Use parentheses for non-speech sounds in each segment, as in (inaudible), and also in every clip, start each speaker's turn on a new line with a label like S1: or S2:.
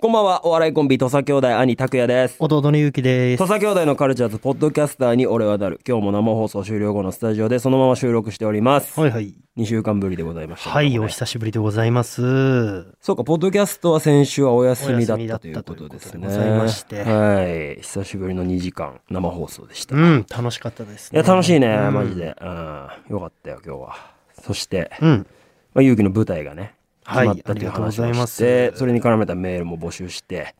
S1: こんばんは、お笑いコンビ、土佐兄弟、兄拓也です。
S2: 弟のゆうきです
S1: 土。佐兄弟のカルチャーズ、ポッドキャスターに俺はなる。今日も生放送終了後のスタジオで、そのまま収録しております。
S2: はいはい。
S1: 2週間ぶりでございました。
S2: はい、お久しぶりでございます。
S1: そうか、ポッドキャストは先週はお休みだったということですね。
S2: お休みだったということでございまし
S1: は
S2: て
S1: い。久しぶりの2時間、生放送でした。
S2: う
S1: い
S2: ん、楽しかったです、
S1: や、楽しいね、
S2: うん
S1: マジで。うん。よかったよ、今日は。そして、
S2: うん。
S1: まあ、勇気の舞台がね、
S2: は
S1: 決
S2: い
S1: まったという話を
S2: ありがとうございま
S1: して、
S2: す
S1: それに絡めたメールも募集して、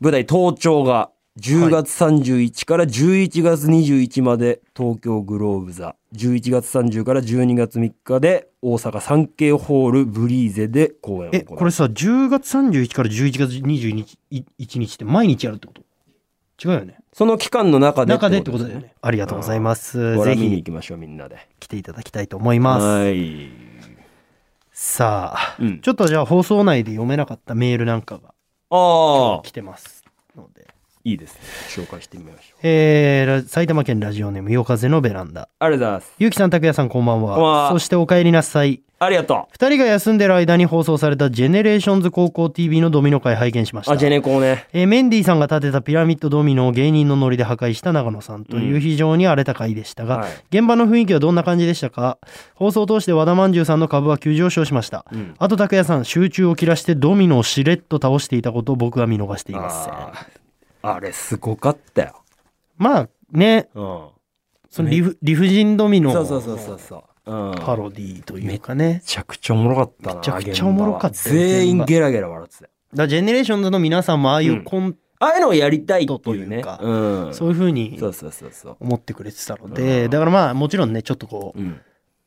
S1: 舞台登頂が10月31から11月21まで東京グローブ座、11月30から12月3日で大阪サンケイホールブリーゼで公演を行
S2: え、
S1: う。
S2: これさ、10月31から11月21日い一日って毎日やるってこと違うよね。
S1: その期間の中で
S2: 中でってことだよね。ありがとうございます。
S1: ご
S2: ぜ
S1: 覧見に行
S2: ひ
S1: きましょう、みんなで。
S2: 来ていただきたいと思います。
S1: い。
S2: さあ、
S1: うん
S2: ちょっとじゃあ放送内で読めなかったメールなんかが
S1: ああ
S2: 来、てますので。
S1: いいですね。紹介してみましょう。
S2: えー、ラ埼玉県ラジオネーム、夜風のベランダ。
S1: ありがとうございます。
S2: ゆうきさん、たくやさん、こんばんは。
S1: こんばんは
S2: そして、お帰りなさい。
S1: ありがと
S2: 二人が休んでる間に放送されたジェネレーションズ高校 TV のドミノ会拝見しまし
S1: う。
S2: た。
S1: あ、ジェネコーね。
S2: えーメンディーさんが建てたピラミッドドミノを芸人のノリで破壊した長野さんという非常に荒れた回でしたが、
S1: はい
S2: 現場の雰囲気はどんな感じでしたか放送を通して和田まんじゅうさんの株は急上昇しました、
S1: ん
S2: あと拓也さん集中を切らしてドミノをしれっと倒していたことを僕は見逃していません
S1: あーあれすごかったよ。
S2: まあね
S1: うん。
S2: その理不理不尽ドミノ
S1: そう
S2: の
S1: そうそうそうそう。うん。
S2: パロディーというかね
S1: めちゃくちゃおもろかったな。
S2: めちゃくちゃおもろかった
S1: 現
S2: よ
S1: 場は全
S2: 現
S1: 員
S2: 場
S1: ゲラゲラ笑ってたよ。
S2: だからジェネレーションズの皆さんもああいうコン、
S1: ああいうのをやりたいっていうね。
S2: というか
S1: うん。
S2: そういうふうに
S1: そうそうそうそう。
S2: 思ってくれてたの
S1: う
S2: で、
S1: ん
S2: だからまあもちろんね、ちょっとこう、
S1: うん。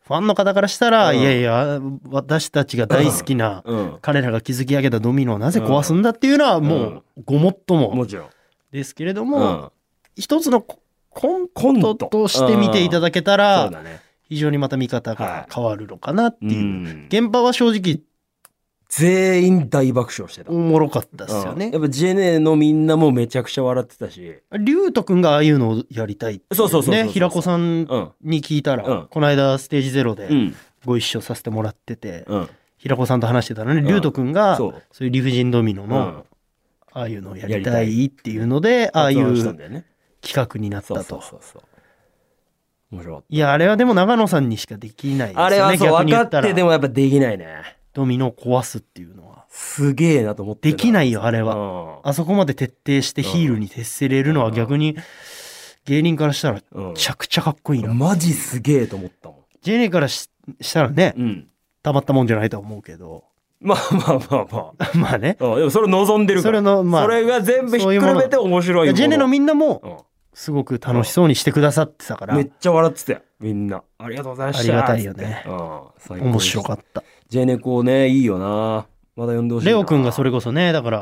S2: ファンの方からしたら、
S1: うん
S2: いやいや、私たちが大好きな、
S1: うん。
S2: 彼らが築き上げたドミノをなぜ壊すんだっていうのは、もう、ごもっとも
S1: もちろん。
S2: ですけれど
S1: う
S2: も、
S1: ん。
S2: 一つのココン
S1: コン
S2: ト
S1: ト
S2: として見ていただけた
S1: そう
S2: ら、
S1: だね。
S2: 非常にまた見方が変わるのかなって
S1: う
S2: いう。
S1: ん。
S2: 現場は正直、
S1: 全員大爆笑してた。
S2: おもろかったですよ
S1: うん
S2: ね
S1: や。っぱジェネのみんなもめちゃくちゃ笑ってたし。
S2: 竜斗くんがああいうのをやりたいってい
S1: そうそうそうそう
S2: ね、平子さん
S1: うん。
S2: に聞いた
S1: う
S2: ら
S1: ん、
S2: この間ステージゼロで
S1: うん。
S2: ご一緒させてもらってて、
S1: うん。
S2: 平子さんと話してたらね、
S1: ん
S2: 龍斗くんが、
S1: そ
S2: そうういう理不尽ドミノ
S1: う
S2: の
S1: ん、
S2: ああいうのをや
S1: やり
S2: り
S1: た
S2: た
S1: い
S2: いっていうので、ああい
S1: 発案したん
S2: う
S1: だよね。
S2: 企画になっ
S1: そう
S2: た
S1: そう
S2: と。
S1: そうそう。面白かっ
S2: いや、あれはでも長野さんにしかできないですよね。
S1: た。あれはそう、
S2: 逆に
S1: 分
S2: 言
S1: か
S2: った
S1: っ
S2: ら
S1: てでもやっぱできないね。
S2: ドミノを壊すっていうのは。
S1: すげえなと思って
S2: できないいよ、あれは。
S1: わ
S2: あそこまで徹底してヒールに徹せれるのは逆に、芸人からしたら、め
S1: うん
S2: ちゃくちゃかっこいいな。
S1: マジすげえと思ったも
S2: ジェネからししたらね
S1: ん。、うん。
S2: たまったもんじゃないとは思うけど。 (laughs)
S1: まあまあまあま
S2: まあね。
S1: あ。うん、でもそれ望んでるから。
S2: それのまあ
S1: それが全部ひっくるめて面白いもの
S2: ジェネのみんな
S1: う
S2: も、
S1: ん
S2: すごく楽しそうにしてくださってたから
S1: め、っちゃ笑ってたよ。みんな。ありがとうございました。
S2: ありがたいよね
S1: つってうん。最高
S2: 面白か
S1: った。
S2: った。
S1: ジェネコね、いいよな。まだ呼んでほしいな。
S2: レオくんがそれこそね、だから、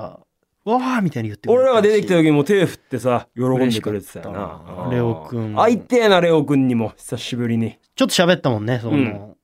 S2: わーみたいに言ってくれ
S1: 俺
S2: たし
S1: らが出てきた時も手振ってさ、喜んでくれてたよ
S2: 嬉しかった
S1: な。
S2: な
S1: うん
S2: レオくん
S1: 会いてえな、レオくんにも。久しぶりに。
S2: ちょっと喋ったもんね、その、
S1: うん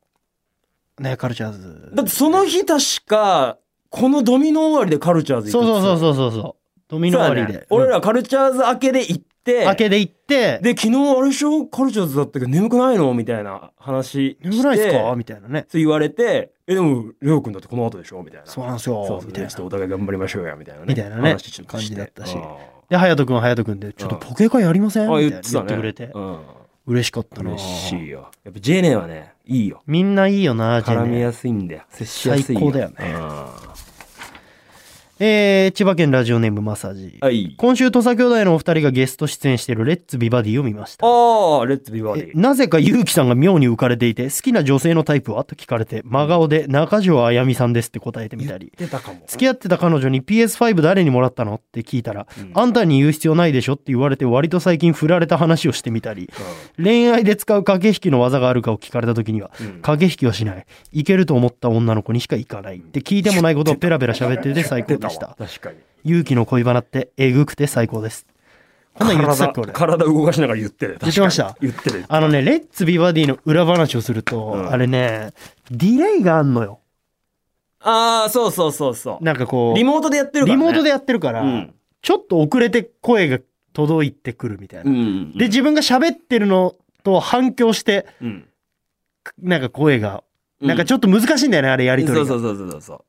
S2: ね、カルチャーズ。
S1: だってその日確か、このドミノ終わりでカルチャーズ行く
S2: そ
S1: っ
S2: う
S1: つってたよね
S2: そうそうそうそう。ドミノ終わり
S1: そうだ
S2: で
S1: ね。俺
S2: うん
S1: らカルチャーズ明けで行って、
S2: 明けで行って、
S1: で、昨日あれでしょカルチャーズだったけど眠くないのみたいな話して。
S2: 眠くないっすか
S1: そう
S2: みたいなね。
S1: 言われて、え、でも、レオ君だってこの後でしょみたいな。
S2: そうなんです
S1: そう
S2: よ、
S1: そう
S2: みたい
S1: ね
S2: な
S1: ちょっ。とお互い頑張りましょうや、みたいなね。
S2: みたいなね
S1: 話ちょっとして
S2: 感じだったし
S1: あ
S2: で、隼人くんは隼人くんで、ちょっとポケカやりません
S1: ーあ、
S2: み
S1: 言
S2: た
S1: っ
S2: いな
S1: て
S2: 言
S1: た
S2: っ
S1: ね。
S2: てくれて
S1: う。ん。
S2: 嬉しかったな
S1: 嬉しいよ。やっぱジェネはね、いいよ。
S2: みんないいよな、ジェ
S1: 絡み
S2: ネ。
S1: やすいんだよ。接しやすいよ。
S2: 最高だよね
S1: あ
S2: えー、千葉県ラジオネームマッサージ
S1: ー。はい。
S2: 今週、土佐兄弟のお二人がゲスト出演しているレッツビバディを見ました。
S1: ああ、レッツビバデ
S2: え
S1: ィ。
S2: なぜか結城さんが妙に浮かれていて好きな女性のタイプはと聞かれて真顔で中条あやみさんですって答えてみたり
S1: 出たかも。
S2: 付き合ってた彼女に PS5 誰にもらったのって聞いたら、あんたに言う必要ないでしょって言われて割と最近振られた話をしてみたり、恋愛で使う駆け引きの技があるかを聞かれた時には、駆け引きはしないいけると思った女の子にしか行かないって聞いてもないことをペラペラ (laughs) 喋ってて最高
S1: 出
S2: でした
S1: わ
S2: た
S1: 確かに。
S2: 勇気の恋バナってえぐくて最高ですこんなん言ってたっけ俺
S1: 体体動かしながら言ってる。
S2: 言ってました
S1: 言ってる。
S2: あのね、レッツビバディの裏話をすると、
S1: ん
S2: あれね、ディレイがあんのよ。
S1: ああ、そうそうそうそう。
S2: なんかこう、
S1: リモートでやってるか
S2: リ
S1: ら、ね。
S2: モートでやってるから、
S1: うん
S2: ちょっと遅れて声が届いてくるみたいな。
S1: うん。
S2: で、自分が喋ってるのと反響して、
S1: うん、
S2: なんか声が、なん
S1: ょ
S2: か
S1: っ
S2: ちょっと難しいんだよね、あれや
S1: と
S2: りとりが。
S1: そうそうそうそうそう。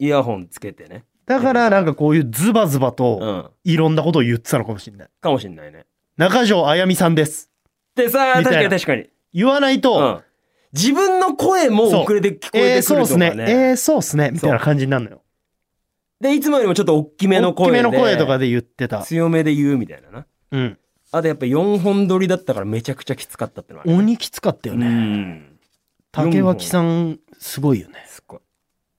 S1: イヤホンつけてね。
S2: だからなんかこういうズバズバ
S1: う
S2: と
S1: ん。
S2: いろんなことを言ってたのかもしれない。
S1: かもしんないね。
S2: 中条あやみさんです。
S1: でさ、確
S2: みたい
S1: か
S2: な
S1: に確かに。
S2: 言わないと、
S1: うん。自分の声も遅れて聞こ
S2: え
S1: え
S2: ー、
S1: てく
S2: そう
S1: ると
S2: です
S1: かね
S2: ね。。えー、そうですね。みたいな感じになるのよ。
S1: で、いつもよりもちょっと大きめの声
S2: 大き
S1: で。
S2: めの声とかで言ってた。
S1: 強めで言うみたいなな。
S2: うん。
S1: あとやっぱ4本撮りだったからめちゃくちゃきつかったってのはある
S2: 鬼きつかったよ
S1: う
S2: ね。
S1: ん。
S2: 竹脇さん、すごいよね。
S1: すごい。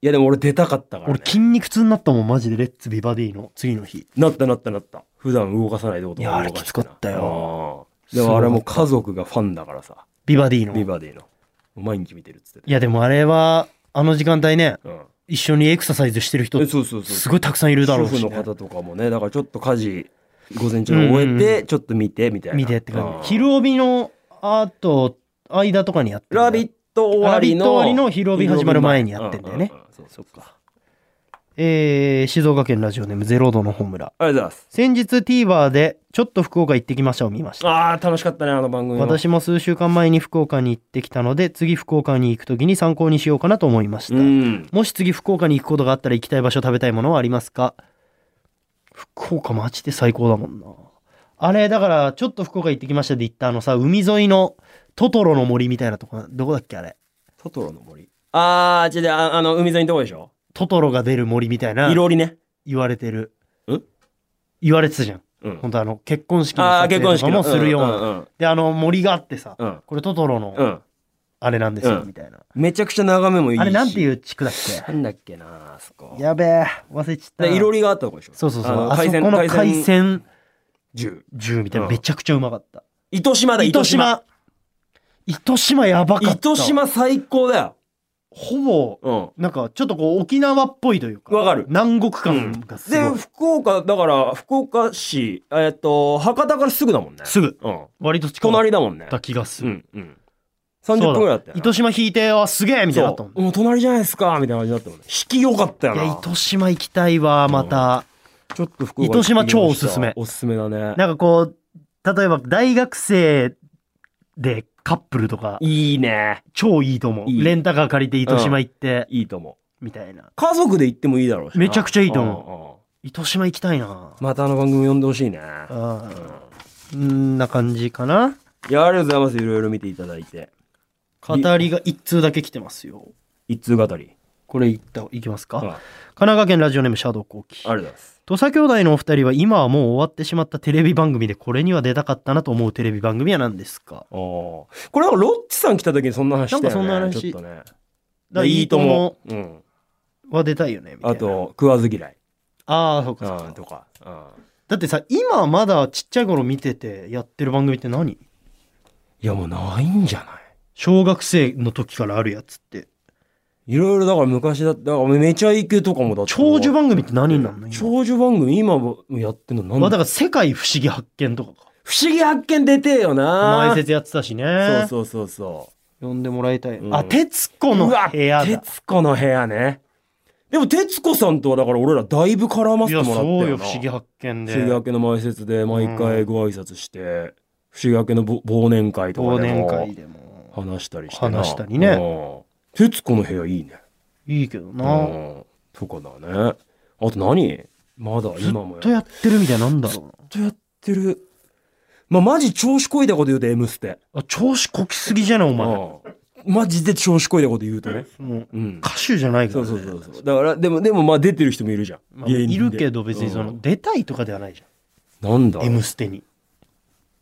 S1: いやでも俺出たかったから、
S2: 俺
S1: ね。
S2: 筋肉痛になったもん、マジで。レッツビバディの次の日。
S1: なったなったなった。普段動かさないってこと
S2: いやあれきつかったよ。
S1: あーでもあれも
S2: すご
S1: 家族がファンだからさ、
S2: ビバディの。
S1: ビ
S2: い
S1: バディの。毎日見てるっつってた。
S2: や、でもあれは、あの時間帯ね、
S1: うん。
S2: 一緒にエクササイズしてる人
S1: え、、そうそうそう。
S2: すごいたくさんいるだろう
S1: 主婦
S2: し
S1: の
S2: ね。
S1: 方とかもね、だからちょっと家事、午前中に終えて、ちょっと見てみたいな。
S2: 見てって
S1: う
S2: 感
S1: ん
S2: じ。昼帯の、あと、間とかにやってるんだよ
S1: ラビット終わりの。
S2: ラビット終わりの昼帯始まる前にやってんだよね
S1: ううううんそうそっか。
S2: えー、静岡県ラジオネームゼロ度のホムラ。
S1: ありがとうございます。
S2: 先日 TVer で、ちょっと福岡行ってきましたを見ました。
S1: ああ、楽しかったね、あの番組は。
S2: 私も数週間前に福岡に行ってきたので、次福岡に行くときに参考にしようかなと思いました。
S1: うん。
S2: もし次福岡に行くことがあったら行きたい場所食べたいものはありますか福岡マジで最高だもんな。あれ、だから、ちょっと福岡行ってきましたで行ったあのさ、海沿いのトトロの森みたいなとこ、どこだっけあれ。
S1: トトロの森。ああ、違う違う、ああの、海沿いのとこでしょ
S2: トトロが出る森みたいな、
S1: 色織ね。
S2: 言われてる。
S1: ん
S2: 言われてたじゃん。
S1: うん。
S2: 本当あの、結婚式の
S1: ああ、
S2: 撮
S1: 結
S2: 影
S1: 婚
S2: と
S1: 式
S2: か
S1: の
S2: もするような。
S1: ん
S2: で、あの森があってさ、
S1: うん。
S2: これトトロ
S1: う
S2: の
S1: ん。
S2: あれなんですよ、
S1: うん
S2: みたいな。
S1: めちゃくちゃ眺めもいいし。
S2: あれなんていうう地区だっ
S1: なんだっけな、あそこ
S2: け。やべえ、忘れちった。
S1: で、いろりがあったとこでしょ
S2: そうそうそう。
S1: あの
S2: あそ
S1: 海鮮、
S2: この海鮮
S1: 銃。
S2: 銃みたいな、
S1: うん
S2: めちゃくちゃうまかった。
S1: 糸島だ、糸
S2: 糸
S1: 島。
S2: 島。糸島やばかった。
S1: 糸島最高だ
S2: ほぼ、
S1: よ。
S2: なんかちょっとこう沖縄っぽいというか。
S1: わかる
S2: 南国
S1: う
S2: 感
S1: ん。
S2: がすごい。
S1: で、福岡、だから、福岡市、えっと、博多からすぐだもんね。
S2: すぐ、
S1: うん。
S2: 割と近かっ
S1: 隣だもんね。
S2: た気がす
S1: う
S2: る。
S1: ん、うん。30分ぐらいだったよな。
S2: 糸島引いて、あ、すげえみたいなのあったもん
S1: そうもう隣じゃないですか、みたいな感じだったもんね。引き良かったよ
S2: いや、
S1: な。
S2: 糸島行きたいわ、また。
S1: ちょっと福岡
S2: 糸島超おすすめ
S1: おすすめだね。
S2: なんかこう、例えば大学生でカップルとか、
S1: いいね。
S2: 超いいと思う。
S1: いい
S2: レンタカー借りて糸島行って、
S1: いいと思う。
S2: みたいな。
S1: 家族で行ってもいいだろうしな。
S2: めちゃくちゃいいと思
S1: 思
S2: 糸島行きたいな
S1: うん。またあの番組呼んでほしいね。
S2: あ
S1: うん
S2: ーんな感じかな。
S1: いや、ありがとうございます。いろいろ見ていただいて。
S2: 語りが一通だけ来てますよ。
S1: 一通語り。
S2: これいった、いきますか、
S1: うん
S2: 神
S1: あ
S2: 奈川県ラジオネームシャドウコウ
S1: り。
S2: キ
S1: がとうございます。
S2: 土佐兄弟のお二人は今はもう終わってしまったテレビ番組でこれには出たかったなと思うテレビ番組は何ですか
S1: ああ。これなんかロッチさん来た時にそんな話したよね。
S2: なんかそんな話
S1: ちょっとね。
S2: だから
S1: いいとも。うん。
S2: は出たいよね、みたい
S1: あ
S2: な。。
S1: と、食わず嫌い。
S2: ああ、そう
S1: う
S2: かそうか。
S1: ん、とか。うん。
S2: だってさ今まだちっちゃい頃見ててやってる番組って何
S1: いや、もうないんじゃない
S2: 小学生の時からあるやつって
S1: いろいろだから昔だって、だからめちゃイケとかもだって。
S2: 長寿番組って何になるの今
S1: 長寿番組今もやってんのなん
S2: まあだ
S1: だ
S2: から「世界不思議発見」とかか
S1: 不思議発見出てえよな
S2: 前説やってたしね
S1: そうそうそうそ
S2: 呼んでもらいたい、
S1: うん
S2: あ徹子
S1: う
S2: の
S1: うわ
S2: 部屋だい
S1: 徹子の部屋ねでも徹子さんとはだから俺らだいぶ絡ませて
S2: や
S1: もら
S2: そ
S1: ったよな
S2: うよ不思議発見で
S1: 不思議明けの前説で毎回ご挨拶して、不思議明けのぼ忘年会と
S2: 忘
S1: かで
S2: 年会
S1: も
S2: でも
S1: 話したりしてな
S2: 話したりね
S1: うん徹子の部屋いいね
S2: いいけどな、
S1: うんとかだねあと何まだ
S2: ず
S1: 今も
S2: っとやってるみたいなんだろうな
S1: ずっとやってる。まあ、マジ調子こいたこと言うと、M ステ。
S2: あ調子こきすぎじゃないお前
S1: うんマジで調子こいたこと言うとね。
S2: もう
S1: うん。
S2: 歌手じゃないか
S1: そ
S2: ら、
S1: う
S2: ね、
S1: そうそうそう。だから、でも、でも、まあ、出てる人もいるじゃん。
S2: まあいるけど別にその、
S1: うん
S2: 出たいとかではないじ
S1: なんだ
S2: ゃん「M ステ」に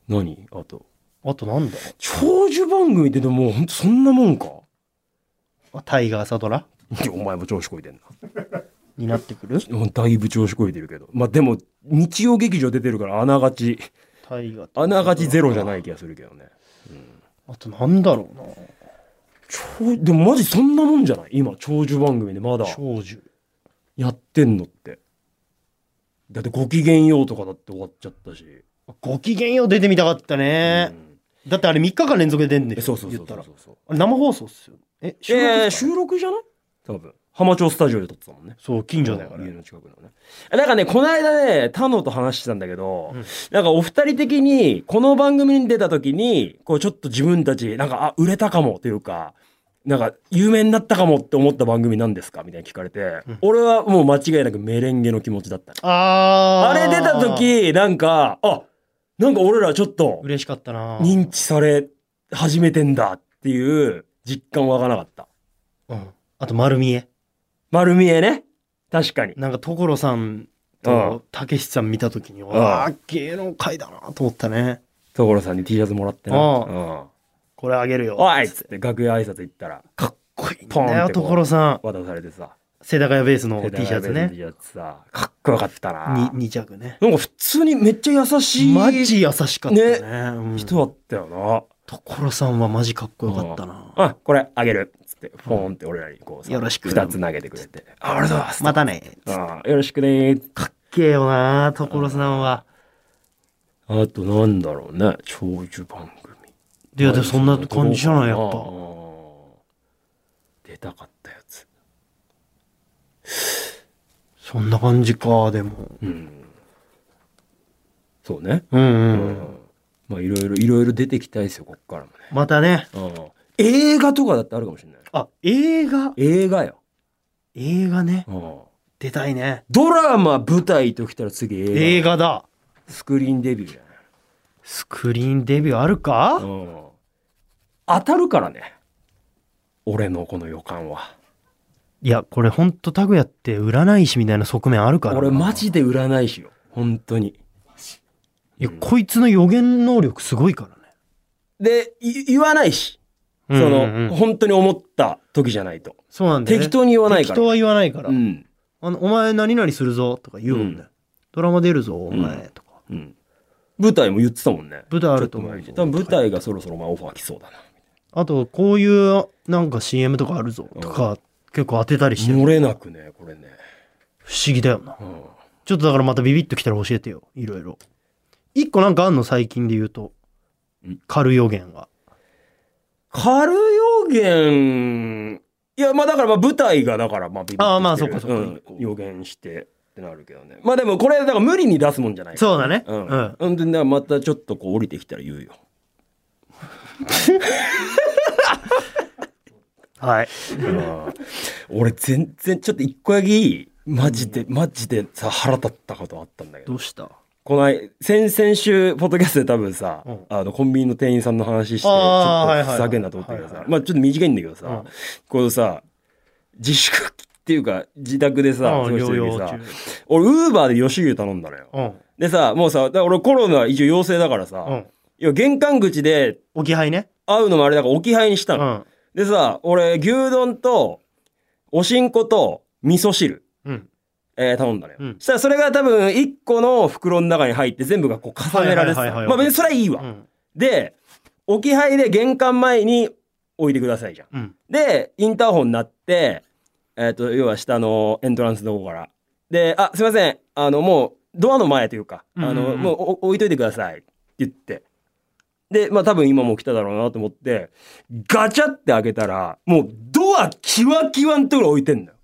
S1: 何あと。
S2: あとなんだ
S1: 長寿番組ってでも、ほんとそんなもんか。
S2: あタイガー朝ドラ
S1: いや (laughs) お前も調子こいてん
S2: になってくる
S1: な。だいぶ調子こいてるけど。まあ、でも、日曜劇場出てるから、あながち、
S2: タイガー
S1: あながちゼロじゃないい気がするけどね。
S2: あとなんだろうな
S1: 長でもマジそんなもんじゃない今、長寿番組でまだ。
S2: 長寿
S1: やってんのって。だってご機嫌ようとかだって終わっちゃったし。
S2: ご機嫌よう出てみたかったね、だってあれ3日間連続で出んで
S1: え
S2: しょ
S1: そうそうそう
S2: 言ったら
S1: そうそう
S2: あれ生放送っすよえ
S1: そう。えー
S2: 収録
S1: 収録
S2: っすか
S1: じゃない多分。浜町スタジオで撮ってたもんね。
S2: そう近所だから、
S1: 家の近くのね。えなんかね、この間ね、他野と話してたんだけど、
S2: うん
S1: なんかお二人的に、この番組に出た時に、こうちょっと自分たち、なんか、あ、売れたかもというか、なんか有名になったかもって思った番組なんですかみたいに聞かれて、
S2: うん
S1: 俺はもう間違いなくメレンゲの気持ちだった
S2: あ
S1: あ
S2: ー
S1: れ出た時なんかあなんか俺らちょっと
S2: 嬉しかったな
S1: 認知され始めてんだっていう実感湧かなかった
S2: うんあと丸見え
S1: 丸見えね確かに
S2: なんか所さん
S1: うん
S2: とたけしさん見た時に
S1: ん
S2: わあ芸能界だなと思ったね
S1: 所さんに T シャツもらってな「
S2: ああ
S1: うん
S2: これあげるよ
S1: おい!」っ
S2: つっ
S1: つってて楽屋挨拶行ったら
S2: かっこいいん
S1: ポン
S2: だ
S1: っ
S2: よ
S1: てこう
S2: 所さん
S1: 渡されてさ
S2: 世田谷ベースの
S1: 世田谷
S2: T シャツ
S1: ベースの
S2: ね
S1: T シャツさかっこよかったな
S2: に2着ね
S1: なんか普通にめっちゃ優しい
S2: マジ優しかったねうん
S1: 人だったよな、
S2: 所さんはマジかっこよかったな
S1: あこれあげるっつってフォーンって俺らにこうさ
S2: よろしく
S1: 2つ投げてくれてあありがとうございます
S2: またね
S1: ああよろしくねー
S2: かっけえよな所さんは
S1: あとなんだろうね長寿番組
S2: いやでもそんな感じじゃないやっぱ
S1: 出たかったやつ
S2: そんな感じかでも
S1: うんそうね
S2: うんう、
S1: うん
S2: うん、
S1: まあいろいろいろいろ出てきたいですよこっからもね
S2: またね
S1: うん映画とかだってあるかもしれない
S2: あ映画
S1: 映画よ
S2: 映画ね
S1: うん
S2: 出たいね
S1: ドラマ舞台ときたら次映画
S2: 映画だ
S1: スクリーンデビューじゃない
S2: スクリーンデビューあるか
S1: うん当たるからね俺のこの予感はい
S2: やこれほんと拓也って占い師みたいな側面あるからな
S1: 俺マジで占い師よ本当に
S2: いやこいつの予言能力すごいからね
S1: でい言わないしその、
S2: うんうんうん
S1: 本当に思った時じゃないと
S2: そうなんだよね
S1: 適当に言わないか
S2: 適
S1: ら
S2: 当は言わないから、
S1: うん
S2: あのお前何々するぞとか言うもんね、
S1: うん
S2: ドラマ出るぞお
S1: う
S2: 前とか、
S1: うん舞台も言ってたもんね
S2: 舞台あると思う
S1: ちょっ前に多分舞台がそろそろまあオファー来そうだな
S2: あとこういうなんか CM とかあるぞとか、結構当てたりしてる
S1: 漏れなくねこれね、
S2: 不思議だよな
S1: うん、
S2: ちょっとだからまたビビッときたら教えてよいろいろ一個なんかあんの最近で言うと
S1: うん
S2: 軽予言は
S1: 軽予言いやまあだからまあ舞台がだからまあビビッとしてる
S2: ああまあそっかそっか
S1: ん予言してってなるけどねまあでもこれだから無理に出すもんじゃないから
S2: そうだね
S1: うん、
S2: う
S1: うんん、でだからまたちょっとこう降りてきたら言うよ
S2: はい
S1: 俺全然ちょっと一個だけいいマジでマジでさ腹立ったことあったんだけど
S2: どうした
S1: この間先々週ポッドキャストで多分さ、
S2: うん
S1: あのコンビニの店員さんの話してちょ
S2: あー
S1: っとふざけんなと思ったけど
S2: はい
S1: さ
S2: はいはい
S1: まあちょっと短いんだけどさ、
S2: うん
S1: このさ自粛っていうか自宅でさ
S2: う
S1: 過
S2: ん
S1: ごして
S2: 療
S1: る
S2: 養
S1: 時さ
S2: 中
S1: 俺ウーバーで吉牛頼んだのよ
S2: うん
S1: でさもうさだから俺コロナ一応陽性だからさ、
S2: うん
S1: 要は玄関口で
S2: 置き配ね
S1: 会うのもあれだから置き配にした
S2: う
S1: の、
S2: ん
S1: でさ、俺、牛丼と、おしんこと、味噌汁、
S2: うん
S1: えー頼んだのよ。
S2: うん
S1: そしたらそれが多分、1個の袋の中に入って全部がこう重ねられてた。
S2: はいはいはい
S1: ま
S2: はい
S1: あ別にそれはいいわ。
S2: うん
S1: で、置き配で玄関前に置いてくださいじゃん。
S2: うん
S1: で、インターホンになって、えっ、と、要は下のエントランスの方から。で、あ、すいません。あの、もう、ドアの前というか、あ
S2: うんうん
S1: の、
S2: うん
S1: もうお置いといてくださいって言って。で、まあ多分今も来ただろうなと思って、ガチャって開けたら、もうドアキワキワのところ置いてんのよ。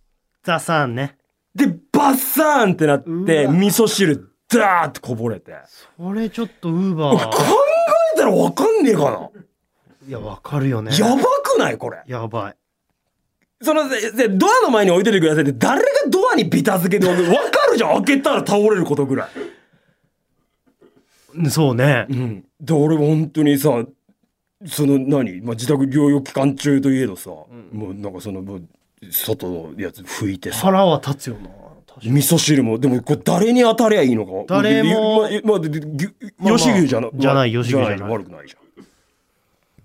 S2: ザさんね
S1: で、バッサーンってなって、
S2: うわ
S1: 味噌汁、ダーってこぼれて。
S2: それちょっとウーバ
S1: 俺考
S2: ー
S1: えたらわかんねえか
S2: いやわかるよね
S1: な。やばくないこれ。
S2: やばい
S1: その、ででドアの前に置いててくださいって、誰がドアにビタ付けて置くわかるじゃん開けたら倒れることぐらい。
S2: うんそうね
S1: うん。で、俺も本当にさ、その何、まあ、自宅療養期間中といえどさ、もうなんかその、もう外のやつ拭いてさ、
S2: 腹は立つよな確かに
S1: 味噌汁も、でもこれ誰に当たりゃいいのか。
S2: 誰も
S1: でまあ、まあ、ででぎゅ
S2: まあまあ
S1: 吉牛じゃな、
S2: じゃない
S1: まあ
S2: 吉牛じゃない
S1: 悪くないじゃん。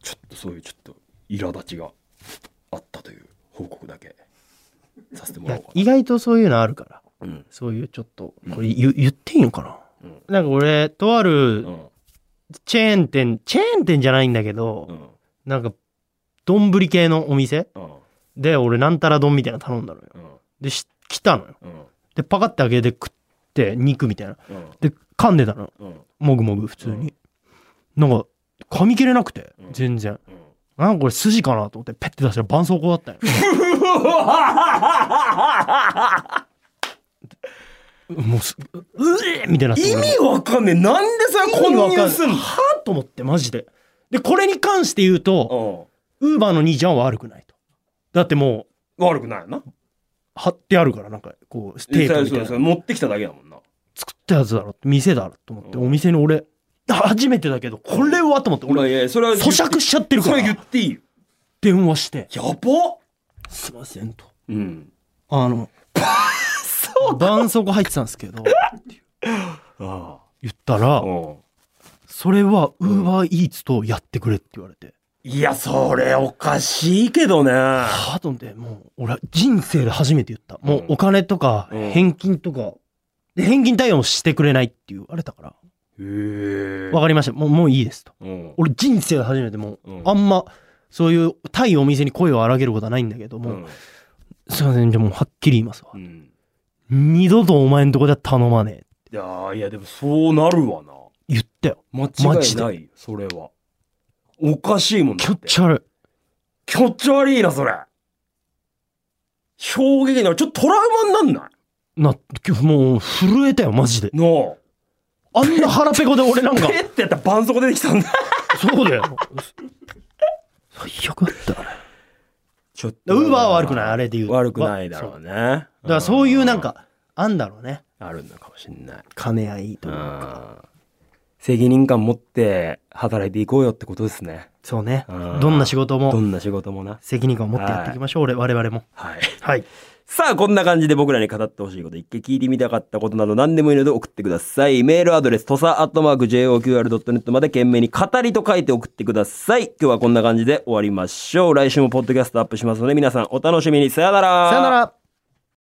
S1: ちょっとそういうちょっと、苛立ちがあったという報告だけさせても
S2: い
S1: らおう
S2: や
S1: かな。
S2: 意外とそういうのあるから
S1: うん。
S2: そういうちょっとこれ言,、言っていいのかな、
S1: うん
S2: なんか俺とある
S1: うん。
S2: チェーン店チェーン店じゃないんだけど、
S1: うん。
S2: なんか丼系のお店
S1: うん。
S2: で俺なんたら丼みたいなの頼んだのよ
S1: うん。
S2: でし来たのよ
S1: うん。
S2: でパカッて開けて食って肉みたいな
S1: うん。
S2: で噛んでたの
S1: うん。
S2: もぐもぐ普通に、なんか噛み切れなくて
S1: うん
S2: 全然、なんかこれ筋かなと思ってペッて出したら絆創膏だったよもうすうえみたいになって
S1: 意
S2: 俺も
S1: 味わかんねえ。なんでさ、こんなにすんの
S2: はぁと思ってマジででこれに関して言うと
S1: う
S2: ウーバーの兄ちゃんは悪くないとだってもう
S1: 悪くないよな。
S2: 貼ってあるからなんかこうテ
S1: そ
S2: ー
S1: う
S2: プみ
S1: そう
S2: たい
S1: そう
S2: な
S1: 持ってきただけだもんな。
S2: 作ったやつだろ店だろと思って
S1: うん
S2: お店に俺初めてだけどこれはと思って
S1: まあ
S2: 俺
S1: いやいやそれは言っ
S2: 咀
S1: て
S2: 嚼しちゃってるか
S1: それ言
S2: ら
S1: っていいよ。
S2: 電話して
S1: やば
S2: 「すいません」と
S1: うん。
S2: 「あの絆創膏入ってたんですけど」
S1: あ
S2: 言った
S1: あ
S2: ら
S1: うん。
S2: 「それはウーバーイーツとやってくれ」って言われて
S1: いや、それおかしいけどね。
S2: はあと思ってもう俺は人生で初めて言ったもうお金とか
S1: うん
S2: 返金とかで返金対応もしてくれないって言われたから
S1: へえ
S2: 「分かりましたもうもういいです」と。
S1: うん。
S2: 俺人生で初めてもう、
S1: うん
S2: あんまそういう対お店に声を荒げることはないんだけども、
S1: うん
S2: すいませんじゃあもうはっきり言いますわ、
S1: うん。
S2: 二度とお前んとこでは頼まねえ
S1: いやーいや、でもそうなるわな。
S2: 言ったよ
S1: 間
S2: マ
S1: 違い
S2: ジで
S1: ないよ、それは。おかしいもん
S2: 気
S1: だ
S2: 持
S1: って。
S2: ち悪
S1: 気持ち悪いな、それ。衝撃な、ちょっとトラウマになんない
S2: いなもう震えたよマジで
S1: の
S2: あんな腹ペコで俺な
S1: (laughs)
S2: んか
S1: ペッてやったら絆創膏出てきたんだ。
S2: そうだよ最悪だったよね
S1: ちょっ
S2: ウーバーは悪くないあれで言うと
S1: 悪くないだろう
S2: わ
S1: ね。だか
S2: そうだからそういうなん、かあんだろうね
S1: あるのかもしんない。
S2: 兼ね合いというか
S1: うん責任感持って働いていこうよってことですね。
S2: そうね
S1: うん
S2: どんな仕事
S1: ど
S2: も
S1: んな仕事もな。
S2: 責任感を持ってやっていきましょう、俺我々も
S1: はい。 (laughs)
S2: はい
S1: さあ、こんな感じで僕らに語ってほしいこと、一回聞いてみたかったことなど何でもいいので送ってください。メールアドレス、とさ、アットマーク、joqr.net まで懸命に語りと書いて送ってください。今日はこんな感じで終わりましょう。来週もポッドキャストアップしますので、皆さんお楽しみに。さよなら。
S2: さよなら